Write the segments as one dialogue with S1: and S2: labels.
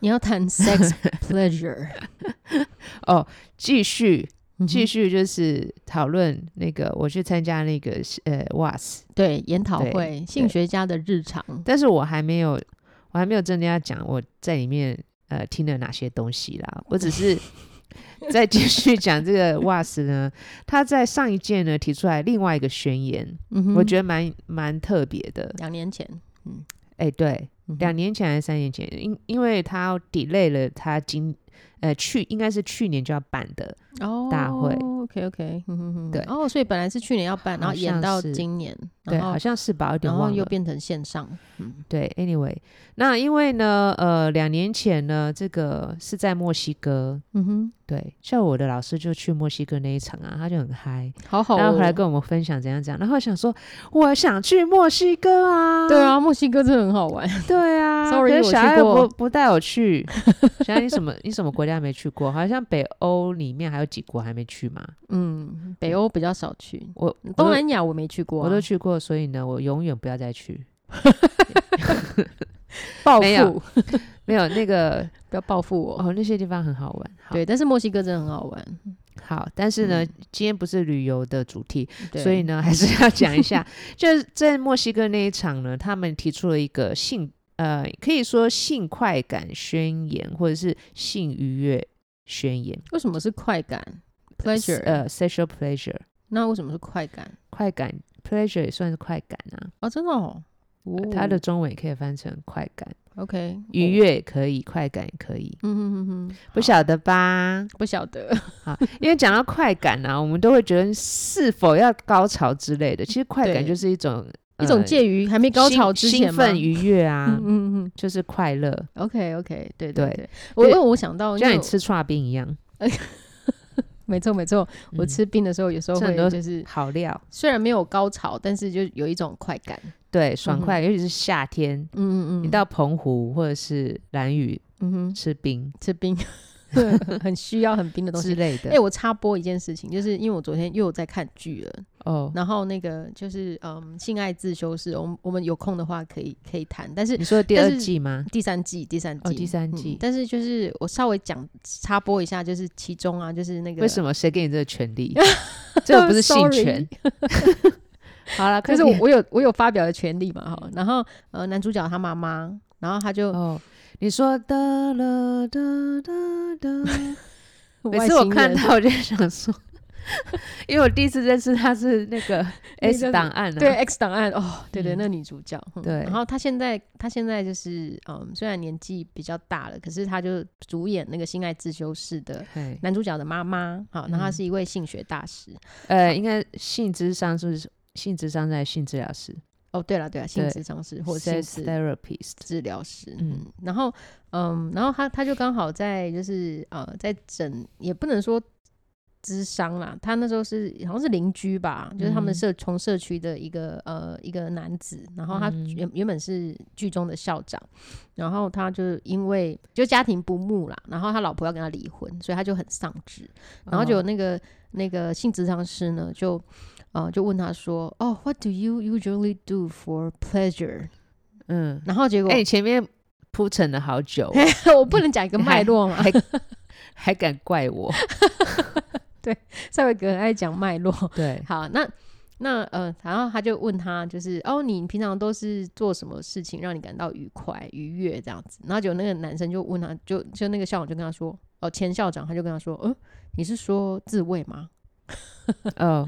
S1: 你要 谈 sex pleasure，嗯
S2: 哦，继续继
S1: 续
S2: 续就是讨论那个我去参加那个呃 WAS，
S1: 对研讨
S2: 对
S1: 会，性
S2: 对
S1: 学家的日常，
S2: 但是我还没有我还没有真的要讲我在里面呃听了哪些东西啦，我只是。再继续讲这个 WAS 呢，他在上一届呢提出来另外一个宣言，
S1: 嗯哼
S2: 我觉得蛮蛮特别的。
S1: 两年前，
S2: 哎、对，
S1: 嗯哼
S2: 两年前还是三年前，因因为他 delay 了他今呃去应该是去年就要办的，
S1: 哦
S2: 大会
S1: ，OK OK，嗯哼哼
S2: 对
S1: 哦，所以本来是去年要办，然后
S2: 好
S1: 延
S2: 像
S1: 到
S2: 是
S1: 今年，
S2: 对，
S1: 然后
S2: 好像是吧，有点
S1: 然后
S2: 忘
S1: 哦又
S2: 了。
S1: 变成线上，嗯，
S2: 对，anyway，那因为呢，呃，两年前呢，这个是在墨西哥，
S1: 嗯哼，
S2: 对，像我的老师就去墨西哥那一场啊，他就很嗨，
S1: 好好哦，
S2: 然后回来跟我们分享怎样怎样，然后想说我想去墨西哥啊，
S1: 对，啊，墨西哥真的很好 玩，
S2: 对啊
S1: Sorry，
S2: 可
S1: 我
S2: 是
S1: 去
S2: 小爱不
S1: 过
S2: 不带 我去，小爱你什么你什么国家没去过？好像北欧里面还有几国还没去嘛，
S1: 嗯，北欧比较少去，
S2: 我我
S1: 东
S2: 都
S1: 南亚我没去过啊，
S2: 嗯我都去过，所以呢，我永远不要再去。
S1: 报
S2: 没有
S1: 复，
S2: 没有 那个
S1: 不要报复我，
S2: 哦，那些地方很好玩。好
S1: 对，但是墨西哥真的很好玩，
S2: 好，但是呢，今天不是旅游的主题，
S1: 对
S2: 所以呢，还是要讲 一下。就是在墨西哥那一场呢，他们提出了一个性呃，可以说性快感宣言，或者是性愉悦宣言
S1: 为什么是快感 pleasure？
S2: 呃，sexual pleasure
S1: 那为什么是快感？
S2: 快感，pleasure 也算是快感啊。
S1: 哦，真的哦，哦
S2: 呃它的中文也可以翻成快感，
S1: OK
S2: 愉
S1: 哦，
S2: 悦也可以，快感也可以，
S1: 嗯哼哼哼，好
S2: 不晓得吧？
S1: 不晓得，
S2: 因为讲到快感啊，我们都会觉得是否要高潮之类的。其实快感
S1: 对
S2: 就是一种、
S1: 一种介于还没
S2: 于
S1: 高潮之前
S2: 呃兴
S1: 吗
S2: 奋愉悦啊
S1: 嗯，嗯嗯
S2: 就是快乐，
S1: ，OK OK，对
S2: 对
S1: 对，我因为我想到
S2: 就
S1: 那种，
S2: 像你吃串冰一样。
S1: 没错没错，我
S2: 嗯
S1: 吃冰的时候有时候
S2: 这很
S1: 会
S2: 多
S1: 就是
S2: 好料，
S1: 虽然没有高潮，但是就有一种快感，
S2: 对，爽
S1: 嗯哼
S2: 快，尤其是夏天，
S1: 嗯嗯嗯，
S2: 你到澎湖或者是兰屿
S1: 嗯哼
S2: 吃冰
S1: 吃 冰。很需要很冰的东
S2: 之
S1: 西。
S2: 类的。
S1: 哎、我插播一件事情，就是因为我昨天又有在看剧了，
S2: 哦，
S1: 然后那个就是嗯，性爱自修室，我们我们有空的话可以可以谈，但是
S2: 你说的第
S1: 但
S2: 二
S1: 是
S2: 季吗？
S1: 第三季，第三季，
S2: 哦第三
S1: 嗯
S2: 季
S1: 但是就是我稍微讲插播一下，就是其中啊，就是那个？Oh,
S2: 为什么谁给你这个 权利？这不是性
S1: Sorry
S2: 权。好了，
S1: 可
S2: 可
S1: 是我我有我有发表的权利嘛哈。然后呃，男主角他妈妈，然后他就、
S2: 嗯哦，你说哒啦哒哒哒。每
S1: 外
S2: 次我
S1: 星
S2: 看
S1: 人
S2: 到我就想说， 因为我第一次认识她是那个
S1: 那个叫
S2: S
S1: 什
S2: 档案啊，
S1: 对 X 档案哦，对对，
S2: 嗯
S1: 那女主角、嗯
S2: 对
S1: 然后她现在她现在就是嗯，虽然年纪比较大了，可是她就主演那个《性爱自修室》的。
S2: 嘿，
S1: 男主角的妈妈，好，然后她
S2: 嗯
S1: 是一位性学大师。
S2: 呃，应该性智商是不是性智商在性治疗师
S1: 哦，对了，对了，性
S2: 对
S1: 智商师或
S2: 或
S1: 者
S2: 者
S1: 性
S2: s
S1: 治
S2: therapist，
S1: 治疗师，
S2: 嗯
S1: 嗯，然后嗯，然后他他就刚好在就是呃，在整也不能说智商啦，他那时候是好像是邻居吧，就是他
S2: 嗯
S1: 们社从社区的一个呃一个男子，然后他
S2: 嗯
S1: 原原本是剧中的校长，然后他就因为就家庭不睦啦，然后他老婆要跟他离婚，所以他就很丧志，然后就有
S2: 哦
S1: 那个、那个性咨商师呢就。呃，就问他说：“哦、w h a t do you usually do for pleasure？”
S2: 嗯，
S1: 然后结果，
S2: 哎，你前面铺陈了好久 哦，
S1: 我不能讲一个脉络嘛，
S2: 还还敢怪我？
S1: 赛维格很爱讲脉络。
S2: 对，
S1: 好，那那呃，然后他就问他，就是哦，你平常都是做什么事情让你感到愉快、愉悦这样子？然后就那个男生就问他，就就那个校长就跟他说，哦，前校长他就跟他说，嗯，你是说自慰吗？
S2: 哦，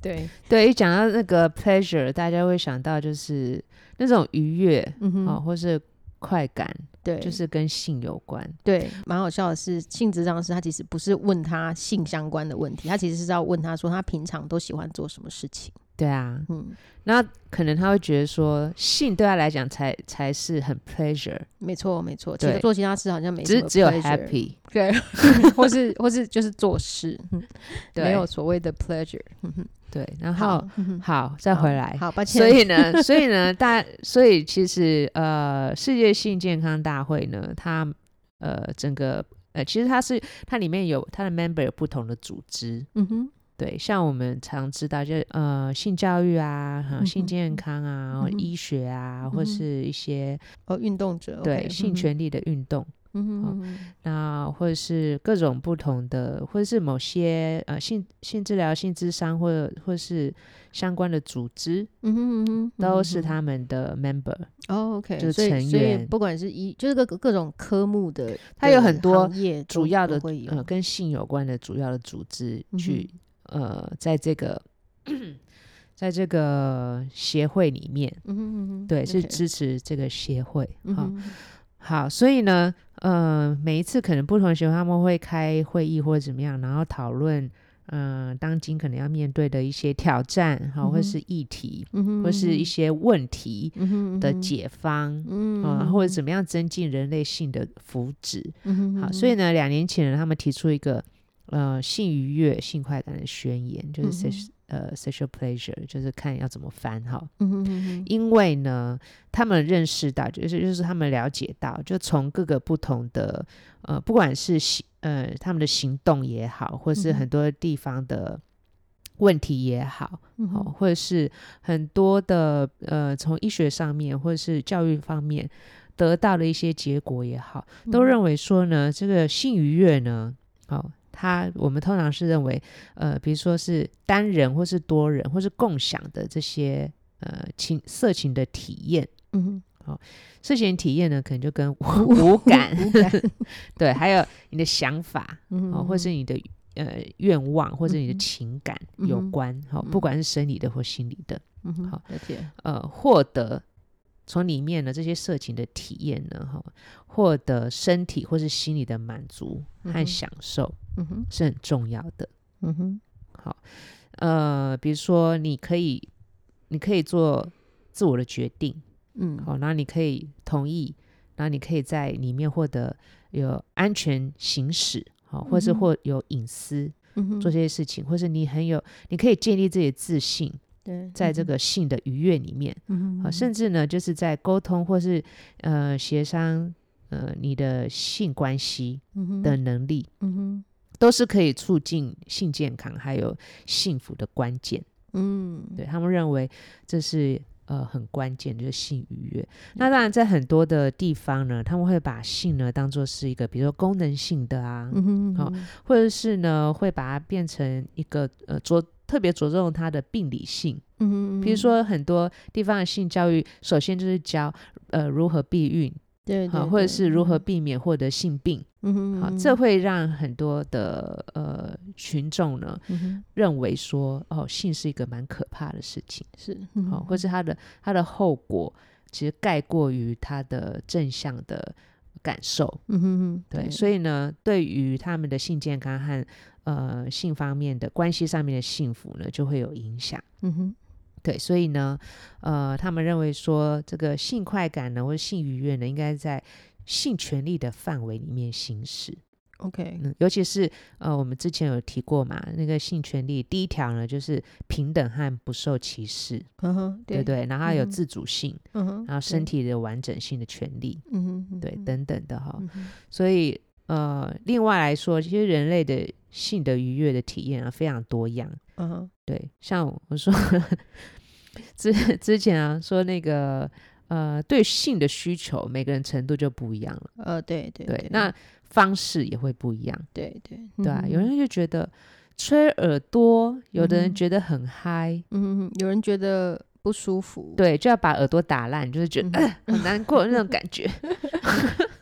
S1: 对，
S2: 对，一讲到那个 pleasure，大家会想到就是那种愉悦
S1: 嗯哼，
S2: 哦，或是快感，
S1: 对，
S2: 就是跟性有关。
S1: 对，蛮好笑的是，性智障师他其实不是问他性相关的问题，他其实是要问他说他平常都喜欢做什么事情。
S2: 对啊，
S1: 嗯，
S2: 那可能他会觉得说，性对他来讲才才是很 pleasure，
S1: 没错没错，其
S2: 对
S1: 实做其他事好像没
S2: 只
S1: 什
S2: 是
S1: 么
S2: 只有
S1: pleasure
S2: happy，
S1: 对，或是或是就是做事，嗯
S2: 对
S1: 没有所谓的 pleasure。嗯哼
S2: 对。然后，
S1: 嗯哎哼
S2: 好，再回来。
S1: 好，抱歉。
S2: 所以呢， 所以呢，大所以其实呃，世界性健康大会呢，它呃整个呃，其实它是它里面有它的 member 有不同的组织，
S1: 嗯哼，
S2: 对，像我们常知道就是呃性教育啊、哈
S1: 嗯
S2: 性
S1: 哼
S2: 健康啊、
S1: 嗯哼
S2: 医学啊，或
S1: 嗯哼
S2: 是一些
S1: 哦，运动者
S2: 对
S1: OK，嗯
S2: 性
S1: 哼，
S2: 权利的运动，
S1: 嗯哼
S2: 好
S1: 嗯哼
S2: 那或者是各种不同的，或者是某些呃性性治疗、性智商，或者或是相关的组织，
S1: 嗯哼嗯哼，
S2: 都是
S1: 嗯哼
S2: 他们的 member。
S1: 哦，OK，
S2: 就是
S1: 所以
S2: 成
S1: 所以
S2: 员
S1: 不管是医，就是各各种科目的，
S2: 它有很多
S1: 业
S2: 主
S1: 都
S2: 要
S1: 都
S2: 的
S1: 会有嗯
S2: 呃，跟性有关的主要的组织
S1: 嗯哼
S2: 去、呃，在这个在这个协会里面，
S1: 嗯哼嗯哼，
S2: 对，是
S1: OK，
S2: 支持这个协会。
S1: 嗯
S2: 好、
S1: 哼
S2: 好，所以呢，呃，每一次可能不同的协会他们会开会议或者怎么样，然后讨论。嗯，当今可能要面对的一些挑战，好、
S1: 嗯哼
S2: 或是议题，
S1: 嗯哼，
S2: 或是一些问题
S1: 嗯哼
S2: 的，解方，
S1: 嗯哼嗯
S2: 啊、
S1: 嗯
S2: 或者
S1: 者
S2: 怎么样增进人类性的福祉。好，
S1: 好
S2: 所以呢，两年前呢，他们提出一个呃性愉悦、性快感的宣言，
S1: 嗯
S2: 就是 sex、呃 sexual pleasure，就是看要怎么翻哈。
S1: 嗯哼嗯哼
S2: 因为呢，他们认识到，就是就是他们了解到，就从各个不同的呃，不管是行呃他们的行动也好，或是
S1: 嗯哼
S2: 很多地方的问题也好，
S1: 嗯哼
S2: 哦，或者是很多的呃，从医学上面或者是教育方面得到的一些结果也好，都
S1: 嗯
S2: 认为说呢，这个性愉悦呢，哦，它我们通常是认为，呃，比如说是单人或是多人或是共享的这些呃情色情的体验，
S1: 嗯哼
S2: 色情体验呢，可能就 跟无感，对，还有你的想法，
S1: 嗯
S2: 哦，
S1: 哼，
S2: 或是你的呃愿望，或者你的
S1: 嗯哼
S2: 情感有
S1: 嗯哼
S2: 关，好、
S1: 嗯
S2: 不管是生理的或心理的，
S1: 嗯哼，
S2: 好
S1: 了解，
S2: 呃，获得从里面呢这些色情的体验呢，哈、获得身体或是心理的满足
S1: 嗯
S2: 和
S1: 哼
S2: 享受
S1: 嗯哼
S2: 是很重要的。
S1: 嗯哼，
S2: 好、呃，比如说你可以，你可以做自我的决定，
S1: 嗯
S2: 好、然后你可以同意，然后你可以在里面获得有安全行驶，好、或
S1: 嗯
S2: 是
S1: 哼
S2: 或有隐私，
S1: 嗯哼，
S2: 做这些事情，或是你很有，你可以建立自己的自信，
S1: 对，
S2: 在
S1: 嗯
S2: 这
S1: 哼，
S2: 个性的愉悦里面，
S1: 嗯
S2: 啊、
S1: 哼，
S2: 甚至呢，就是在沟通或是呃协商呃你的性关系
S1: 嗯哼
S2: 呃的，能力，
S1: 嗯哼，
S2: 都是可以促进性健康还有幸福的关键。
S1: 嗯，
S2: 对他们认为这是。呃，很关键就是性愉悦。那
S1: 嗯
S2: 当然，在很多的地方呢，他们会把性呢当做是一个，比如说功能性的啊，
S1: 嗯哼，嗯
S2: 好
S1: 哼，
S2: 或者是呢，会把它变成一个呃着特别着重它的病理性，
S1: 嗯哼，
S2: 比如
S1: 嗯，
S2: 说很多地方的性教育，首先就是教呃如何避孕，
S1: 对，
S2: 好、
S1: 对
S2: 或者
S1: 对
S2: 是如何
S1: 嗯
S2: 避免获得性病，
S1: 嗯哼，
S2: 好、
S1: 嗯
S2: 这
S1: 哼，
S2: 会让很多的呃群众呢
S1: 嗯哼，
S2: 认为说哦性是一个蛮可怕的事情，
S1: 是，
S2: 好、
S1: 嗯
S2: 或是它的它的后果其实盖过于它的正向的感受，
S1: 嗯哼哼，
S2: 对，所以呢，对于他们的性健康和呃性方面的关系上面的幸福呢，就会有影响。
S1: 嗯哼，
S2: 对，所以呢，呃，他们认为说这个性快感呢，或者性愉悦呢，应该在性权利的范围里面行使。
S1: OK，
S2: 嗯，尤其是呃，我们之前有提过嘛，那个性权利第一条呢，就是平等和不受歧视，
S1: 嗯哼，
S2: 对不，对？然后还
S1: 嗯
S2: 有
S1: 哼
S2: 自主性，
S1: 嗯哼，
S2: 然后身
S1: 对，
S2: 体的完整性的权利，
S1: 嗯哼，嗯
S2: 对，
S1: 哼，
S2: 等等的哈。
S1: 嗯哼
S2: 所以呃，另外来说，其实人类的性的愉悦的体验啊，非常多样。
S1: 嗯哼，
S2: 对，像我说 之之前啊，说那个呃，对性的需求，每个人程度就不一样了。
S1: 呃，对对
S2: 对，那方式也会不一样，
S1: 对对
S2: 对啊，有，
S1: 嗯哼
S2: 人就觉得吹耳朵，有的人
S1: 嗯
S2: 觉得很嗨、
S1: 嗯哼，有人觉得不舒服，
S2: 对，就要把耳朵打烂，就是觉得、
S1: 嗯
S2: 呃 很难过的那种感 觉。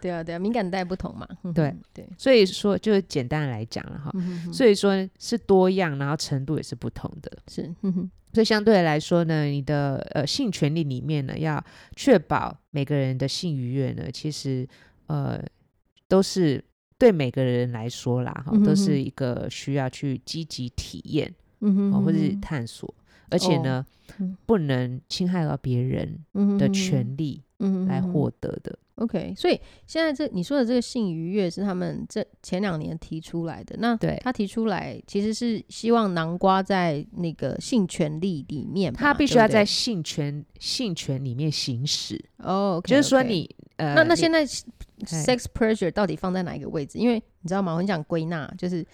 S1: 对啊对啊，敏感带不同嘛，嗯
S2: 对
S1: 哼对，
S2: 所以说，就是简单来讲了哈，
S1: 嗯哼哼
S2: 所以说是多样，然后程度也是不同的。
S1: 是，嗯哼，
S2: 所以相对来说呢，你的呃性权利里面呢，要确保每个人的性愉悦呢，其实呃都是对每个人来说啦，
S1: 嗯
S2: 哈、
S1: 哼哼
S2: 都是一个需要去积极体验、
S1: 嗯
S2: 哦
S1: 哼，
S2: 或者
S1: 嗯
S2: 是
S1: 哼
S2: 探索，而且呢，
S1: 嗯
S2: 不能侵害到别人
S1: 嗯
S2: 的权利
S1: 嗯
S2: 来
S1: 嗯嗯
S2: 获得的。
S1: OK，所以现在这你说的这个性愉悦是他们这前两年提出来的。那
S2: 对
S1: 他提出来其实是希望南瓜在那个性权利里面吧，
S2: 他必须要在
S1: 对
S2: 性权性权里面行使，
S1: 不对哦，OK，OK，
S2: 就是说你呃，
S1: 那那
S2: 你
S1: 现在
S2: 哎
S1: sex pressure 到底放在哪一个位置？因为你知道吗？我很想归纳，就是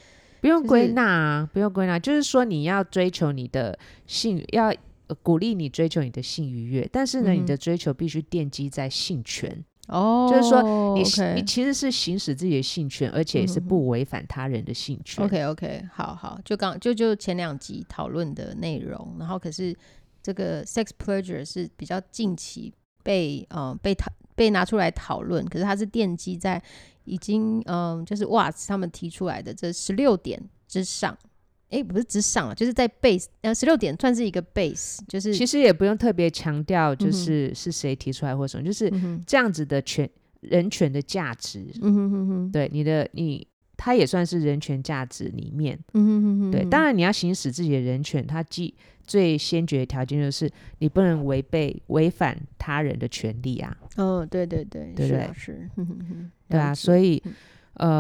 S2: 不用
S1: 就
S2: 归
S1: 是
S2: 纳啊，不用归纳，就是说你要追求你的性，要、呃鼓励你追求你的性愉悦，但是呢，
S1: 嗯哼
S2: 你的追求必须奠基在性权，
S1: 哦，
S2: 就是说
S1: 说
S2: 你你其实是行使自己的性权，而且是
S1: 嗯哼
S2: 不违反他人的性权。
S1: OK OK，好好，就刚就就前两集讨论的内容，然后可是这个 sex pleasure 是比较近期被呃被讨被拿出来讨论，可是它是奠基在已经嗯、就是 Watts 他们提出来的这十六点之上，诶，不是之上啊，就是在 base 呃十六点算是一个 base，就是
S2: 其实也不用特别强调，
S1: 嗯
S2: 就
S1: 哼
S2: 是是谁提出来或什么，就是
S1: 嗯哼
S2: 这样子的权人权的价值，
S1: 嗯哼哼哼，
S2: 对你的你，它也算是人权价值里面。
S1: 嗯哼哼哼，
S2: 对，当然你要行使自己的人权，它既最先决的条件就是你不能违背违反他人的权利啊，
S1: 哦，对对对，
S2: 对
S1: 是
S2: 对
S1: 啊是，哼哼哼
S2: 对
S1: 了解
S2: 啊，所以
S1: 嗯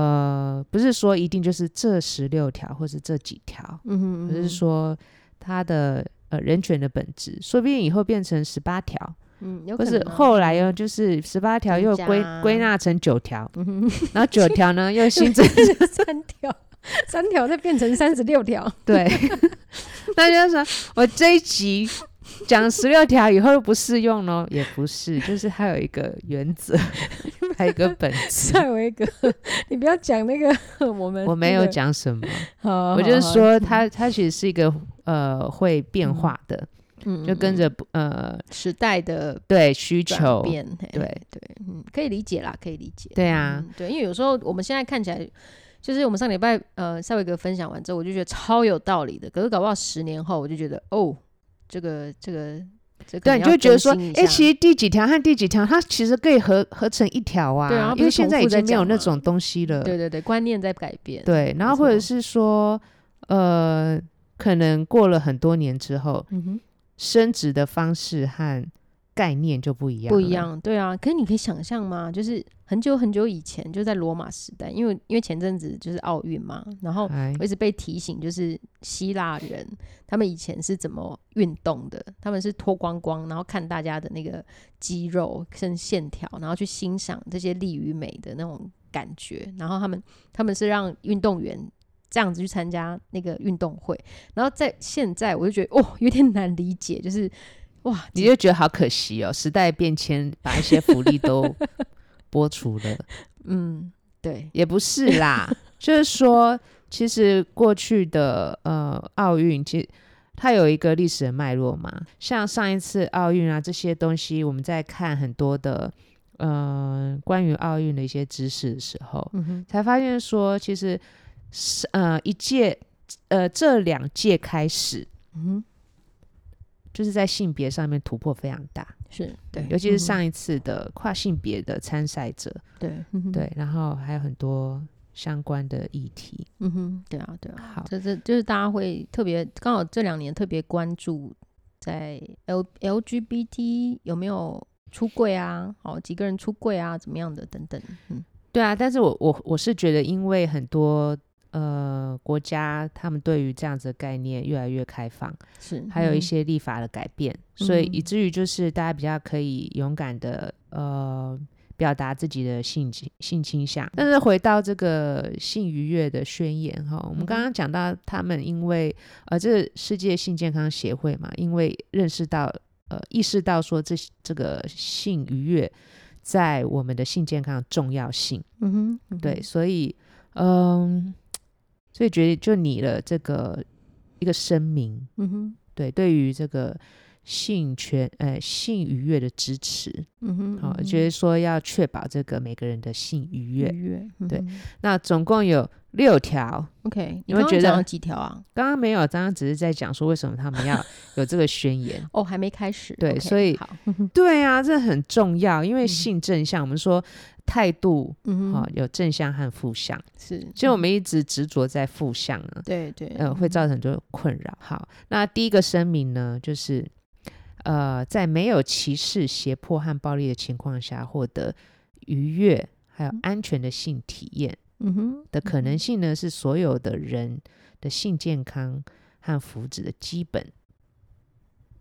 S2: 呃，不是说一定就是这十六条或是这几条，
S1: 嗯哼，
S2: 而
S1: 嗯
S2: 是
S1: 哼
S2: 说它的呃人权的本质，说不定以后变成十八条，
S1: 嗯，有
S2: 或
S1: 可
S2: 是
S1: 能啊
S2: 后来又就是十八条
S1: 增
S2: 又归
S1: 加
S2: 归纳成九条，
S1: 嗯哼
S2: 然后九条呢又新增
S1: 三条， 三条再变成三十六 条。
S2: 对，那就是说我这一集讲十六条以后不适用咯，也不是，就是还有一个原则， 还有一个本质。
S1: 塞维格，你不要讲那个我们，
S2: 我没有，讲什么，
S1: 好，
S2: 我就是
S1: 好，嗯
S2: 说它它其实是一个呃会变化的，
S1: 嗯
S2: 就跟
S1: 嗯
S2: 着不呃
S1: 时代的
S2: 对需
S1: 转
S2: 求，
S1: 变，嘿
S2: 对
S1: 对，嗯，可以理解啦，可以理解。
S2: 对啊，
S1: 嗯对，因为有时候我们现在看起来，就是我们上礼拜呃塞维格分享完之后，我就觉得超有道理的。可是搞不好十年后，我就觉得哦，这个这个这可能
S2: 对，你
S1: 要
S2: 就觉得
S1: 更
S2: 说
S1: 新一，
S2: 哎，
S1: 下
S2: 其实第几条和第几条，它其实可以合合成一条啊，
S1: 对啊它不
S2: 因为
S1: 是
S2: 现
S1: 重
S2: 在已
S1: 复在
S2: 经没有
S1: 讲
S2: 那
S1: 嘛
S2: 种东西了，
S1: 对对对，观念在改变。
S2: 对，然后
S1: 没
S2: 或者
S1: 错
S2: 是说，呃，可能过了很多年之后，
S1: 嗯哼。
S2: 升职的方式和概念就不一样，
S1: 不一。样，对啊。可是你可以想象吗？就是很久很久以前，就在罗马时代，因为因为前阵子就是奥运嘛，然后
S2: 哎
S1: 我，一直被提醒，就是希腊人他们以前是怎么运动的？他们是脱光光，然后看大家的那个肌肉跟线条，然后去欣赏这些力与美的那种感觉。然后他们他们是让运动员这样子去参加那个运动会。然后在现在，我就觉得哦，有点难理解，就是哇，
S2: 你就觉得好可惜哦，时代变迁把一些福利都 剥除了，
S1: 嗯，对，
S2: 也不是啦， 就是说，其实过去的呃奥运，其实它有一个历史的脉络嘛，像上一次奥运啊这些东西，我们在看很多的呃关于奥运的一些知识的时候，
S1: 嗯哼。
S2: 才发现说，其实是呃一届呃这两届开始，
S1: 嗯
S2: 就是在性别上面突破非常大，
S1: 哼，是对，
S2: 尤其是
S1: 嗯
S2: 上一次的跨性别的参赛者，
S1: 对，嗯哼，
S2: 对，然后还有很多相关的议题。
S1: 嗯哼，对啊，对啊，
S2: 好，
S1: 这这就是大家会特别，刚好这两年特别关注在 L LGBT 有没有出柜啊，哦，几个人出柜啊，怎么样的等等，嗯
S2: 对啊，但是我我我是觉得，因为很多呃国家他们对于这样子的概念越来越开放，
S1: 是，
S2: 还有一
S1: 嗯
S2: 些立法的改变，所以以
S1: 嗯
S2: 至于就是大家比较可以勇敢的呃表达自己的性倾性倾向。但是回到这个性愉悦的宣言哈，我们
S1: 嗯
S2: 刚刚讲到他们因为呃这个世界性健康协会嘛，因为认识到呃意识到说这这个性愉悦在我们的性健康的重要性，
S1: 嗯哼，嗯
S2: 对，
S1: 哼，
S2: 所以嗯，所以决定就拟了这个一个声明。
S1: 嗯哼，
S2: 对，对于这个性权呃性愉悦的支持，
S1: 嗯哼，
S2: 好、
S1: 嗯哼
S2: 就是说要确保这个每个人的性愉悦。
S1: 愉悦，嗯
S2: 对
S1: 哼，
S2: 那总共有六条。
S1: OK，
S2: 你
S1: 你
S2: 会
S1: 刚
S2: 觉
S1: 刚
S2: 得
S1: 讲了几条啊？
S2: 刚刚没有，刚刚只是在讲说为什么他们要有这个宣言。
S1: 哦，还没开始。
S2: 对
S1: OK，
S2: 所以
S1: 好，
S2: 对啊，这很重要，因为性正向，我们说态度
S1: 嗯
S2: 啊、
S1: 哼，
S2: 哦有正向和负向，
S1: 是，
S2: 其实我们一直执着在负向呢，
S1: 对对，
S2: 呃，会造成很多困扰。好，那第一个声明呢，就是呃，在没有歧视、胁迫和暴力的情况下，获得愉悦还有安全的性体验
S1: 嗯哼，
S2: 的可能性呢，是所有的人的性健康和福祉的基本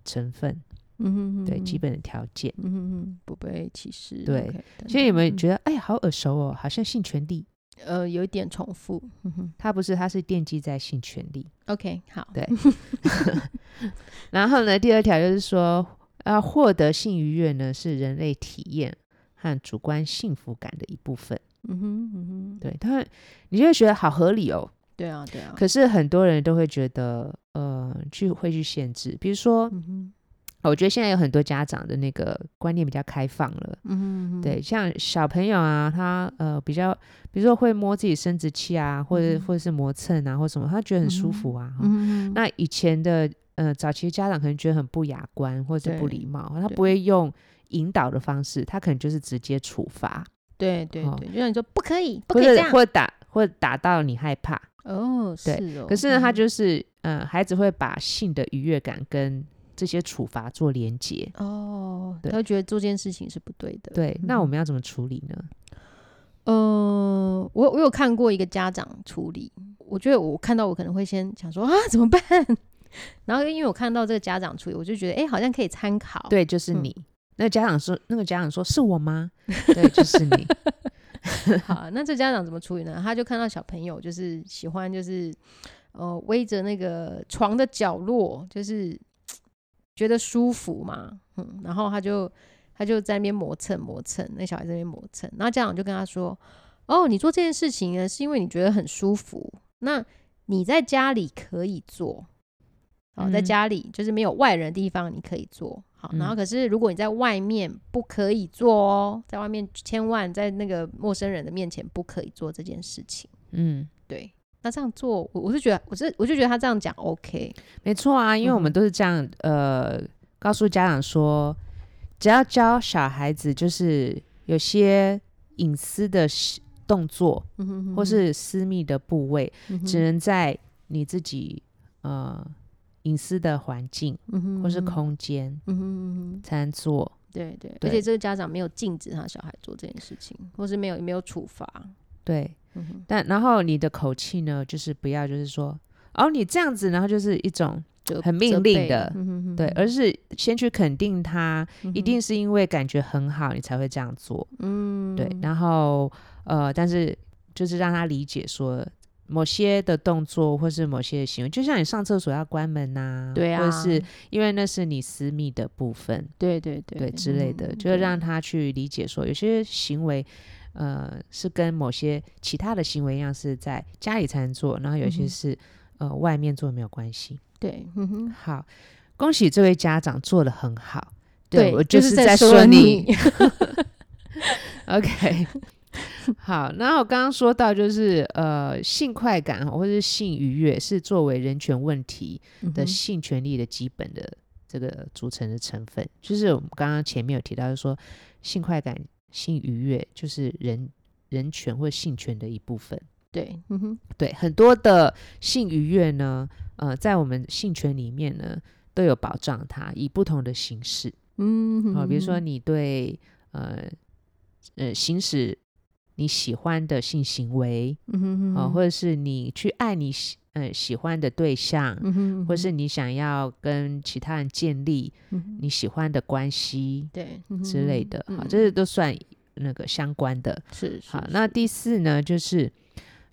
S2: 成分，
S1: 嗯哼，
S2: 对，基
S1: 本，
S2: 本的条件。
S1: 嗯哼哼，不被歧视。
S2: 对
S1: OK，等
S2: 所以你
S1: 等
S2: 们
S1: 嗯
S2: 觉得，哎，好耳熟哦，好像性权利，
S1: 呃有一点重复。嗯哼
S2: 它不是，它是奠基在性权利。
S1: ，OK，好，
S2: 对 然后呢，第二条就是说，要获得性愉悦呢，是人类体验和主观幸福感的一部分。
S1: 嗯哼，嗯哼，
S2: 对，当然你就会觉得好合理哦。
S1: 对啊，对啊，
S2: 可是很多人都会觉得，呃，去会去限制，比如说，
S1: 嗯哼，
S2: 我觉得现在有很多家长的那个观念比较开放了。
S1: 嗯哼嗯哼，
S2: 对，像小朋友啊，他呃比较，比如说会摸自己生殖器啊，或者、
S1: 嗯
S2: 或者是磨蹭啊，或什么，他觉得很舒
S1: 嗯
S2: 服啊。哈
S1: 嗯哼，
S2: 那以前的呃，早期的家长可能觉得很不雅观或者是不
S1: 对
S2: 礼貌，他
S1: 对
S2: 不会用引导的方式，他可能就是直接处罚，
S1: 对对
S2: 哦
S1: 对，就像你说不可以，不
S2: 或
S1: 可以这
S2: 者
S1: 样。
S2: 或打或打到你害怕。
S1: 哦，是
S2: 对
S1: 哦。
S2: 可是呢，他
S1: 嗯
S2: 就是呃，孩子会把性的愉悦感跟这些处罚做连结。
S1: 哦，
S2: 对
S1: 他会觉得做这件事情是不对的。
S2: 对，那我
S1: 嗯
S2: 们要怎么处理呢？
S1: 呃，我我有看过一个家长处理，我觉得我看到我可能会先想说啊怎么办， 然后因为我看到这个家长处理，我就觉得哎、诶好像可以参考。，
S2: 对，就是
S1: 嗯
S2: 你。那家长说，那个家长说是我吗？ 对，就是你。
S1: 好，那这家长怎么处理呢？他就看到小朋友就是喜欢就是呃围着那个床的角落，就是觉得舒服嘛，嗯，然后他就他就在那边磨蹭磨蹭，那小孩在那边磨蹭，然后家长就跟他说：“哦，你做这件事情呢，是因为你觉得很舒服，那你在家里可以做，哦，在
S2: 嗯
S1: 家里就是没有外人的地方你可以做。”好，然后
S2: 嗯
S1: 可是如果你在外面不可以做哦，在外面千万在那个陌生人的面前不可以做这件事情。
S2: 嗯，
S1: 对，那这样做，我我是觉得，我是我就觉得他这样讲 OK，
S2: 没错啊，因为我
S1: 嗯
S2: 们都是这样，呃，告诉家长说，只要教小孩子就是有些隐私的事动作
S1: 嗯哼哼
S2: 或是私密的部位，
S1: 嗯哼
S2: 只能在你自己呃隐私的环境
S1: 嗯哼
S2: 或是
S1: 哼，
S2: 空间
S1: 嗯哼嗯哼。
S2: 才能做。
S1: 对对，而
S2: 对
S1: 且这个家长没有禁止他小孩做这件事情，或是没有没有处罚。
S2: 对，
S1: 嗯哼，
S2: 但然后你的口气呢，就是不要就是说，哦，你这样子，然后就是一种
S1: 责
S2: 很命
S1: 责
S2: 令
S1: 备
S2: 的
S1: 嗯哼哼
S2: 对，而是先去肯定他，
S1: 嗯
S2: 一
S1: 哼
S2: 定是因为感觉很好，你才会这样做。
S1: 嗯
S2: 对，然后呃，但是就是让他理解说某些的动作或是某些的行为，就像你上厕所要关门呐、
S1: 对
S2: 或
S1: 啊，
S2: 者是因为那是你私密的部分，
S1: 对对对
S2: 对之类的，
S1: 嗯
S2: 就
S1: 对
S2: 是让他去理解说有些行为。呃，是跟某些其他的行为一样，是在家里才能做，然后有
S1: 嗯
S2: 些
S1: 哼
S2: 是、呃外面做没有关系。
S1: 对，嗯哼，
S2: 好，恭喜这位家长做的很好，
S1: 对，
S2: 我
S1: 就是在
S2: 在
S1: 说
S2: 说
S1: 你 嗯
S2: OK，好，那我刚刚说到就是呃，性快感或是性愉悦是作为人权问题
S1: 嗯
S2: 的
S1: 哼
S2: 性权利的基本的这个组成的成分，就是我们刚刚前面有提到，就是说性快感、性愉悦就是人人权或性权的一部分。
S1: 对，嗯哼，
S2: 对，很多的性愉悦呢，呃，在我们性权里面呢都有保障它，以不同的形式。
S1: 嗯哼，
S2: 好、啊比如说
S1: 嗯
S2: 你对呃呃行使你喜欢的性行为
S1: 哼，嗯哼，
S2: 啊、
S1: 嗯哼
S2: 或者是你去爱你喜呃喜欢的对象，
S1: 嗯哼，
S2: 或是你想要跟其他人建立
S1: 嗯哼
S2: 你喜欢的关系
S1: 对嗯哼
S2: 之类的，好、
S1: 嗯
S2: 这些都算那个相关的。
S1: 是是
S2: 好，那第四呢，就是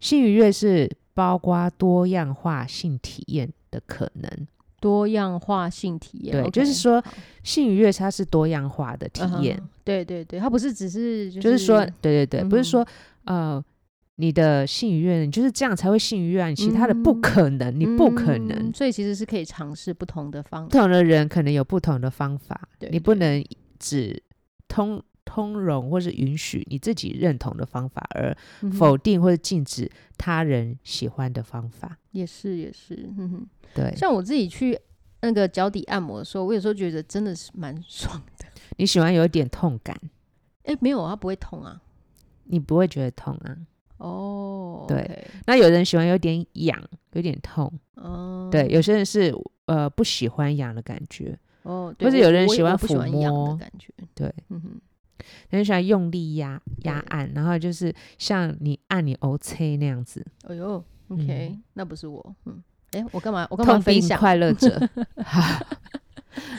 S2: 性愉悦是包括多样化性体验的可能。
S1: 多样化性体验，
S2: 对
S1: OK，
S2: 就是说
S1: 好
S2: 性愉悦它是多样化的体
S1: 嗯哼
S2: 验，
S1: 对对对，他不是只是就
S2: 就是说，对对对，不是
S1: 嗯
S2: 说呃，你的性愉悦，你就是这样才会性愉悦啊，你其他的不
S1: 嗯
S2: 可能，你不可能。
S1: 嗯所以其实是可以尝试不同的方
S2: 不同的人可能有不同的方法，
S1: 对
S2: 你不
S1: 对
S2: 能只通通融或是允许你自己认同的方法，而
S1: 嗯哼
S2: 否定或者禁止他人喜欢的方法。
S1: 也是也是，嗯哼。
S2: 对，
S1: 像我自己去那个脚底按摩的时候，我有时候觉得真的是蛮爽的。
S2: 你喜欢有一点痛感，
S1: 哎、没有啊，它不会痛啊。
S2: 你不会觉得痛啊。
S1: 哦，
S2: 对
S1: OK，
S2: 那有人喜欢有点痒，有点痛，
S1: 哦，
S2: 对，，有些人是呃不喜欢痒的感觉，
S1: 哦，对
S2: 或者有
S1: 我
S2: 人
S1: 我
S2: 喜
S1: 我
S2: 欢
S1: 不喜
S2: 抚
S1: 欢痒的
S2: 摸
S1: 感觉，
S2: 对，
S1: 嗯哼，
S2: 有人喜欢用力压压
S1: 对
S2: 按，然后就是像你按你 O C 那样子，
S1: 哎呦，OK，、那不是我，嗯，哎、我干嘛？我干嘛
S2: 痛
S1: 分
S2: 并
S1: 享？
S2: 快乐着。 哈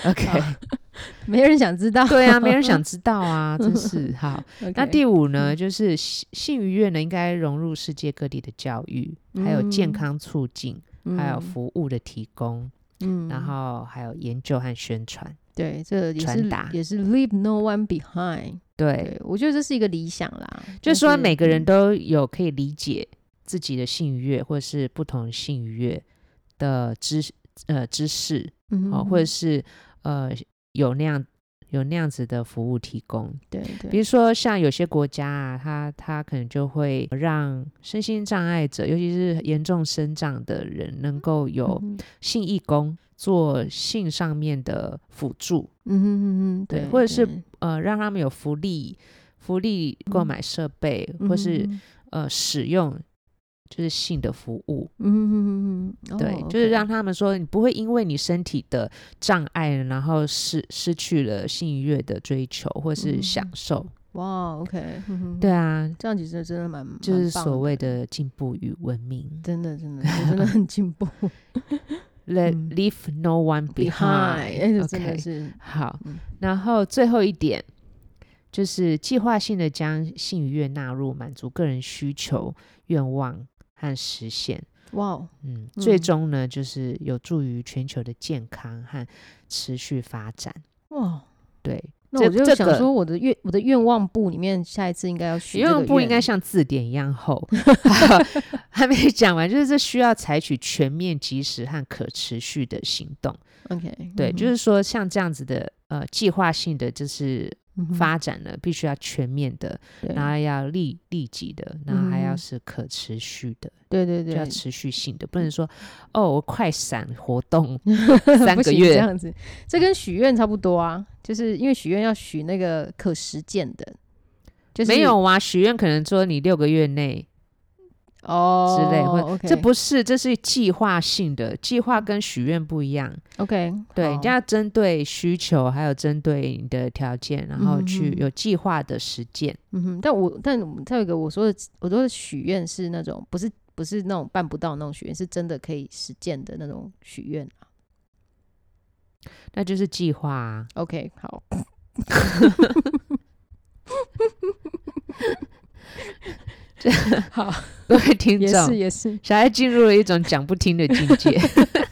S2: OK，
S1: 没人想知道。
S2: 对啊，没人想知道啊，真是好。那
S1: OK 嗯
S2: 第五呢，就是性性愉悦呢，应该融入世界各地的教育，还有健
S1: 嗯
S2: 康促进，还有服务的提供，
S1: 嗯，嗯
S2: 然后还有研究和宣传。
S1: 对，这也
S2: 传
S1: 是
S2: 达
S1: 也是 leave no one behind。
S2: 对，
S1: 对，我觉得这是一个理想啦，
S2: 就是说
S1: 但
S2: 每个人
S1: 嗯
S2: 都有可以理解自己的性愉悦，或是不同性愉悦的知呃知识，
S1: 嗯
S2: 哦，
S1: 哼
S2: 或者是呃有那样有那样子的服务提供。
S1: 对
S2: 比
S1: 对，
S2: 如说像有些国家啊，它它可能就会让身心障碍者，尤其是严重身障的人，能够有
S1: 嗯哼
S2: 性义工做性上面的辅助，
S1: 嗯哼嗯哼，
S2: 对
S1: 对，
S2: 或者是
S1: 对嗯
S2: 呃，让他们有福利。福利购买设备，
S1: 嗯
S2: 或是
S1: 哼
S2: 呃使用就是性的服务，
S1: 嗯哼嗯哼嗯哼，
S2: 对，
S1: 哦
S2: 就是
S1: ，OK
S2: 让他们说你不会因为你身体的障碍，然后失失去了性愉悦的追求或是享
S1: 嗯
S2: 受，
S1: 哇，OK，嗯哼
S2: 对，啊，
S1: 这样其实真的蛮
S2: 就是
S1: 蛮棒
S2: 所谓
S1: 的，
S2: 的进步与文明
S1: 真的真的我真的很进 步
S2: ，Let
S1: 嗯
S2: leave no one
S1: ，behind，哎，这
S2: behind，OK，、
S1: 真的是，
S2: 好
S1: 嗯，
S2: 然后最后一点就是计划性的将性愉悦纳入，满足个人需求、愿望和实现。
S1: 哇，
S2: 嗯，最
S1: 嗯
S2: 终呢，就是有助于全球的健康和持续发展。
S1: 哇。
S2: 对，
S1: 那
S2: 这
S1: 我就
S2: 这
S1: 想
S2: 个
S1: 说，我的愿我的愿望簿里面，下一次应该要许
S2: 因
S1: 这
S2: 为
S1: 个
S2: 不应
S1: 愿
S2: 该像字典一样厚， 还没讲完，就是这需要采取全面、及时和可持续的行动。
S1: OK，
S2: 对，
S1: 嗯
S2: 就是说像这样子的呃计划性的，就是
S1: 嗯哼
S2: 发展呢，必须要全面的，
S1: 对
S2: 然后要立立即的，然后还要
S1: 嗯
S2: 是可持续的，
S1: 对对
S2: 就
S1: 对
S2: 要，持续性的，不能说哦，我快闪活动三
S1: 不
S2: 个
S1: 行
S2: 月
S1: 这样子，这跟许愿差不多啊，就是因为许愿要许那个可实践的， 就是
S2: 没有啊，许愿可能说你六个月内
S1: 哦
S2: 之类，或
S1: OK，
S2: 这不是，这是计划性的，计划跟许愿不一样。
S1: OK，
S2: 对，
S1: 好
S2: 人家要针对需求，还有针对你的条件，然后去
S1: 嗯哼
S2: 有计划的实践。
S1: 嗯哼，但我但我再有一个我说的，我说的许愿是那种不是不是那种办不到那种许愿，是真的可以实践的那种许愿啊。
S2: 那就是计划、啊。
S1: OK，好， 好，
S2: 各位听
S1: 也是
S2: 众，
S1: 也是，嗯
S2: 小孩进入了一种讲不听的境界。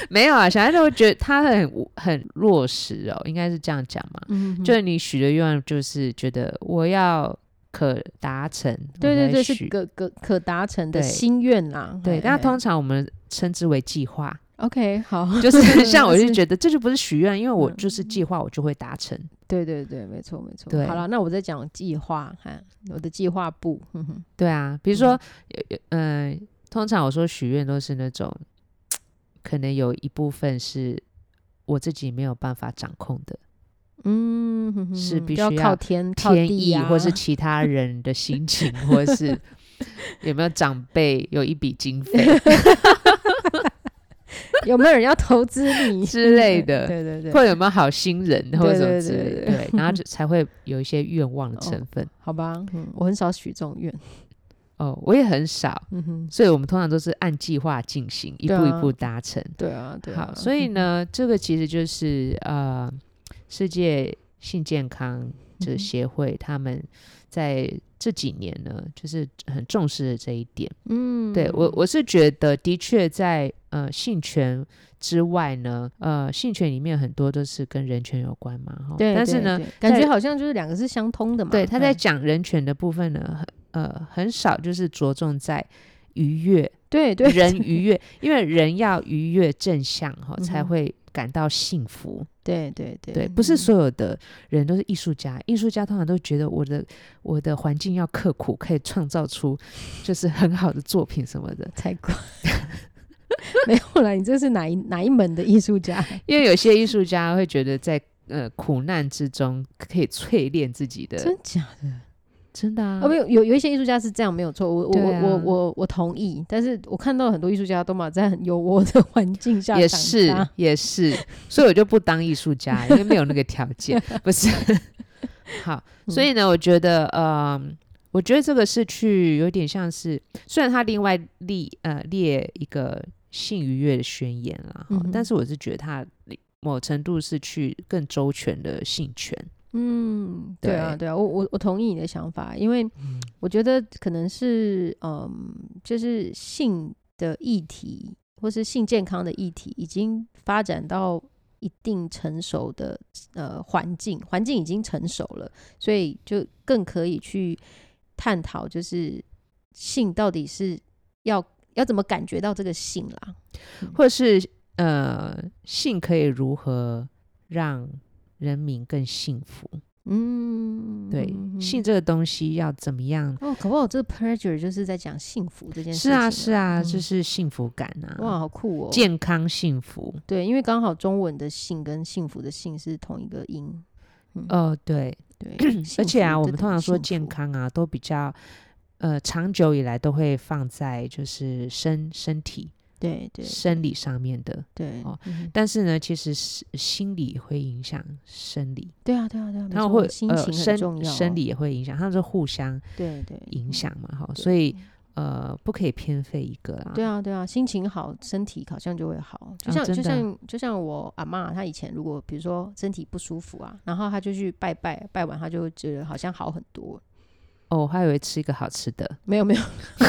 S2: 没有啊，小孩都会觉得他很无很落实哦，应该是这样讲嘛。
S1: 嗯哼，
S2: 就是你许的愿望，就是觉得我要可达成，我
S1: 对对
S2: 才
S1: 对，是
S2: 许
S1: 可可可达成的
S2: 对
S1: 心愿啦。哎
S2: 对，
S1: 嘿
S2: 但
S1: 嘿
S2: 通常我们称之为计 划，
S1: OK 好，
S2: 就是像我
S1: 就
S2: 就是觉得这就不是许愿，因为我
S1: 嗯
S2: 就是计划，我就会达成。
S1: 对对对，没错没错。
S2: 对
S1: 好了，那我再讲计划，哈，我的计划部，哼哼，
S2: 对啊，比如说，嗯、呃通常我说许愿都是那种，可能有一部分是我自己没有办法掌控的
S1: 嗯，哼哼
S2: 是
S1: 哼
S2: 必
S1: 就要
S2: 须
S1: 靠
S2: 要
S1: 天靠
S2: 天
S1: 地
S2: 意，
S1: 啊
S2: 或是其他人的心情，或是有没有长辈有一笔经 费
S1: 有没有人要投资你嗯
S2: 之类的
S1: 对对对，
S2: 或有没有好心人，或者什么
S1: 对对
S2: 之
S1: 对
S2: 类的，
S1: 对
S2: 对，然后就才会有一些愿望的成分。
S1: 好吧，嗯，我很少许这种愿，
S2: 哦，我也很少，
S1: 嗯哼，
S2: 所以我们通常都是按计划进行，一
S1: 对
S2: 步一
S1: 啊
S2: 步达成。
S1: 对啊，对啊，
S2: 好，所以呢，这个其实就是呃，世界性健康这
S1: 嗯哼
S2: 协会他们在这几年呢，就是很重视的这一点。
S1: 嗯，
S2: 对我，我是觉得的确在呃性权之外呢，呃性权里面很多都是跟人权有关嘛，哈。
S1: 对，
S2: 但是
S1: 对
S2: 呢，
S1: 对感觉
S2: 在
S1: 好像就是两个是相通的嘛，
S2: 对他在
S1: 嗯
S2: 讲人权的部分呢，很呃很少就是着重在愉悦
S1: 对对
S2: 人愉悦，因为人要愉悦正向哈、
S1: 嗯哼
S2: 才会感到幸福。
S1: 对对对嗯
S2: 对，不是所有的人都是艺术家，艺术家通常都觉得我的我的环境要刻苦，可以创造出就是很好的作品什么的。
S1: 才怪。 没有啦，你这是哪一哪一门的艺术家？
S2: 因为有些艺术家会觉得在呃苦难之中可以淬炼自己的，
S1: 真假的？
S2: 真的啊
S1: 哦，，没有，有有一些艺术家是这样，没有错。我我我
S2: 对啊
S1: 我我我同意，但是我看到很多艺术家都嘛在很优渥的环境下
S2: 也
S1: 长
S2: 是
S1: 大
S2: 也是，所以我就不当艺术家，因为没有那个条 件，不是。 好，所
S1: 嗯
S2: 以呢，我觉得，呃，我觉得这个是去有点像是，虽然他另外立呃列一个性愉悦的宣言啦，哈
S1: 嗯哼
S2: 但是我是觉得他某程度是去更周全的性权，
S1: 嗯，对啊，
S2: 对嗯
S1: 对啊，我我我同意你的想法，因为我觉得可能是嗯，就是性的议题或是性健康的议题已经发展到一定成熟的呃环境，环境已经成熟了，所以就更可以去探讨，就是性到底是要要怎么感觉到这个性啦。
S2: 或是呃性可以如何让人民更幸福？
S1: 嗯，
S2: 对，性这个东西要怎么样？
S1: 哦，搞不好这个 pleasure 就是在讲幸福这件事
S2: 是
S1: 情了。
S2: 啊，是啊，
S1: 嗯
S2: 就是幸福感啊，
S1: 哇，好酷哦！
S2: 健康幸福。
S1: 对，因为刚好中文的“幸”跟幸福的“幸”是同一个音，
S2: 哦，对，。
S1: 嗯对
S2: 而且啊，
S1: 幸福
S2: 我们
S1: 这
S2: 通常
S1: 幸
S2: 说
S1: 福
S2: 健康啊，都比较呃长久以来都会放在就是身身体
S1: 对对
S2: 生理上面的，
S1: 对
S2: 哦
S1: 嗯
S2: 但是呢，其实是心理会影响生理，
S1: 对啊对啊对啊，没
S2: 他们
S1: 错
S2: 会
S1: 心
S2: 呃
S1: 情很重
S2: 生
S1: 要，
S2: 生理也会影响，他们是互相
S1: 对对
S2: 影
S1: 嗯
S2: 响嘛，哈，
S1: 对
S2: 所以呃不可以偏废一个啊。
S1: 对啊，对啊，心情好，身体好像就会好。就
S2: 啊
S1: 像、
S2: 真
S1: 就
S2: 的啊
S1: 像就像我阿妈，她以前如果比如说身体不舒服啊，然后她就去拜拜，拜完她就觉得好像好很多。
S2: 哦，我还以为吃一个好吃的，
S1: 没 有没有，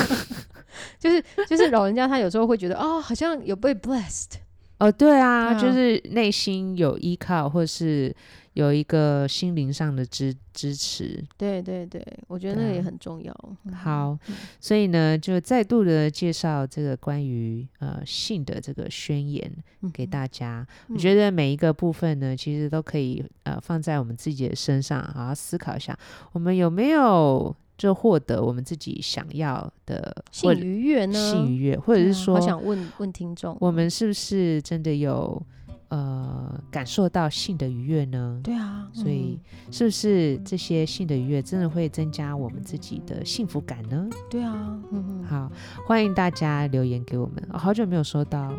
S1: 就是就是老人家他有时候会觉得哦，好像有被 blessed，
S2: 哦，对啊，
S1: 对啊
S2: 就是内心有依靠，或是有一个心灵上的支支持。
S1: 对对对，我觉得那
S2: 对
S1: 个也
S2: 啊
S1: 很重要。嗯
S2: 好，所以呢，就再度的介绍这个关于呃性的这个宣言
S1: 嗯
S2: 给
S1: 哼
S2: 大家。我
S1: 嗯
S2: 觉得每一个部分呢，其实都可以呃放在我们自己的身上，好好思考一下，我们有没有就获得我们自己想要的
S1: 性
S2: 或
S1: 愉悦呢？
S2: 性愉悦，或者
S1: 对
S2: 是
S1: 啊
S2: 说
S1: 好想问问听众，啊
S2: 我们是不是真的有呃感受到性的愉悦呢？
S1: 对啊，
S2: 所以是不是这些性的愉悦真的会增加我们自己的幸福感呢？
S1: 嗯对啊，嗯嗯，
S2: 好，欢迎大家留言给我们。哦、好久没有收到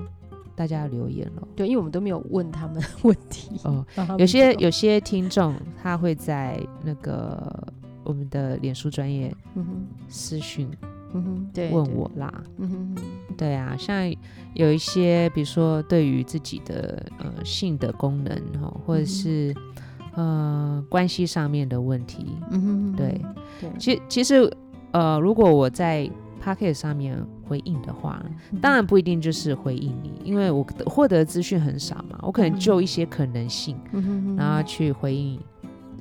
S2: 大家的留言了。
S1: 对，因为我们都没有问他们 问题，
S2: 哦
S1: 让他们
S2: 有些
S1: 知道，
S2: 有些听众他会在那个我们的脸书专业
S1: 嗯哼，
S2: 私讯
S1: 嗯哼，对，
S2: 问
S1: 对
S2: 我，啦。
S1: 嗯哼哼，
S2: 对啊，像有一些，比如说对于自己的呃性的功能哈，哦或者
S1: 嗯哼
S2: 是、呃关系上面的问题，
S1: 嗯哼，
S2: 对
S1: 对，
S2: 其其实呃，如果我在 p o c k e t 上面回应的话，
S1: 嗯
S2: 当然不一定就是回应你，因为我得获得资讯很少嘛，我可能就一些可能性，
S1: 嗯哼哼，
S2: 然后去回应。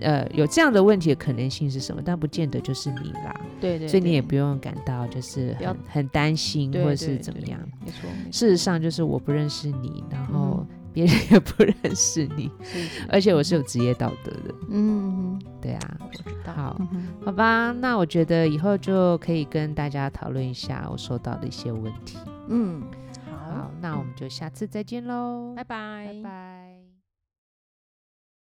S2: 呃，有这样的问题的可能性是什么？但不见得就是你啦，
S1: 对对，
S2: 所以你也
S1: 对
S2: 不用感到就是
S1: 不要
S2: 很很担心
S1: 对
S2: 或者
S1: 对
S2: 是怎么
S1: 对
S2: 样。
S1: 没错，没
S2: 事
S1: 错
S2: 实上，哦就是我不认识你，然后
S1: 嗯
S2: 别人也不认识你，
S1: 是是
S2: 而且我是有职业道德的，
S1: 嗯，嗯
S2: 对啊。
S1: 哼我知道，
S2: 好
S1: 嗯哼
S2: 好吧，那我觉得以后就可以跟大家讨论一下我收到的一些问题。
S1: 嗯，好
S2: 好，，那我们就下次再见喽，
S1: 拜拜，
S2: 拜拜